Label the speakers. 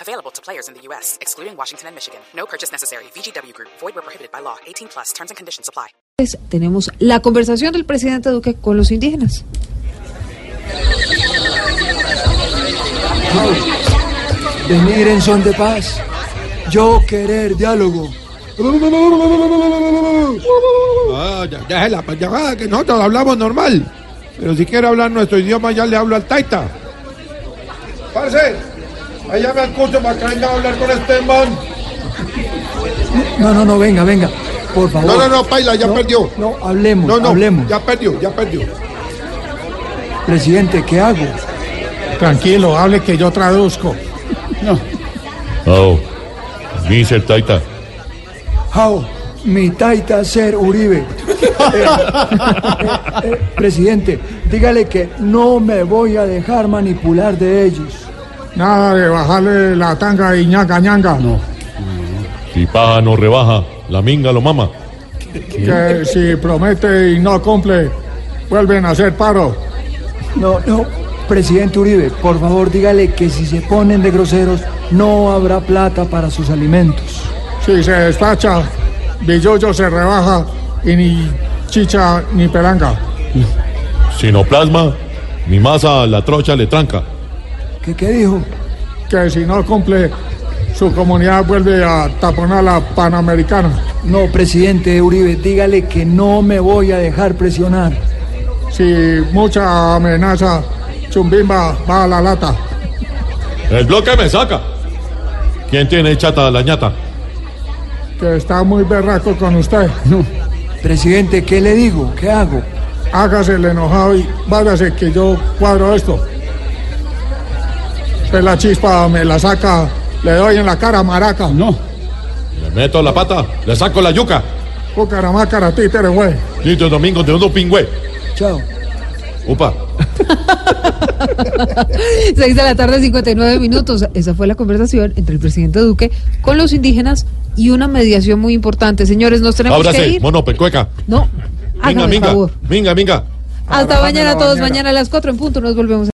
Speaker 1: Available to players in the U.S., excluding Washington and Michigan. No purchase necessary. VGW Group, void were prohibited by law. 18 plus terms and conditions apply.
Speaker 2: Pues tenemos la conversación del presidente Duque con los indígenas.
Speaker 3: Venir en son de paz. Yo querer diálogo. Ah, ya, ya es la pendejada que nosotros hablamos normal. Pero si quiere hablar nuestro idioma, ya le hablo al Taita. Parce, allá me escucho para que venga a hablar con este man.
Speaker 4: No, no, no, venga, venga. Por favor.
Speaker 3: No, no, no, Paila, ya perdió.
Speaker 4: No, hablemos,
Speaker 3: No, no,
Speaker 4: hablemos.
Speaker 3: ya perdió, ya perdió.
Speaker 4: Presidente, ¿qué hago?
Speaker 3: Tranquilo, hable que yo traduzco.
Speaker 5: Oh, dice el Taita.
Speaker 4: How, mi taita ser Uribe. Eh, eh, presidente, dígale que no me voy a dejar manipular de ellos.
Speaker 3: Nada de bajarle la tanga y ñanga ñanga. No.
Speaker 5: Si paja no rebaja, la minga lo mama.
Speaker 3: Que si promete y no cumple, vuelven a hacer paro.
Speaker 4: No, no. Presidente Uribe, por favor, dígale que si se ponen de groseros, no habrá plata para sus alimentos.
Speaker 3: Si se despacha, Villollo se rebaja y ni chicha ni pelanga.
Speaker 5: Si no plasma, mi masa la trocha le tranca.
Speaker 4: ¿Qué, qué dijo?
Speaker 3: Que si no cumple, su comunidad vuelve a taponar la panamericana.
Speaker 4: No, presidente Uribe, dígale que no me voy a dejar presionar.
Speaker 3: Si mucha amenaza, Chumbimba va a la lata.
Speaker 5: El bloque me saca. ¿Quién tiene chata la ñata?
Speaker 3: Que está muy berraco con usted.
Speaker 4: Presidente, ¿qué le digo? ¿Qué hago?
Speaker 3: Hágase el enojado y váyase que yo cuadro esto. Se la chispa me la saca, le doy en la cara maraca. No.
Speaker 5: Le meto la pata, le saco la yuca.
Speaker 3: Cucaramácara, títere, güey.
Speaker 5: Quito domingo de un pingüe.
Speaker 4: Chao.
Speaker 5: Upa.
Speaker 2: 6 de la tarde, 59 minutos. Esa fue la conversación entre el presidente Duque con los indígenas y una mediación muy importante. Señores, nos tenemos que
Speaker 5: Ábrase,
Speaker 2: ir.
Speaker 5: mono pecueca.
Speaker 2: No,
Speaker 5: Minga,
Speaker 2: hágame el
Speaker 5: minga.
Speaker 2: favor.
Speaker 5: Minga, minga.
Speaker 2: Hasta
Speaker 3: Abrázame
Speaker 2: mañana a
Speaker 3: la
Speaker 2: todos.
Speaker 3: bañera.
Speaker 2: Mañana a las 4 en punto nos volvemos.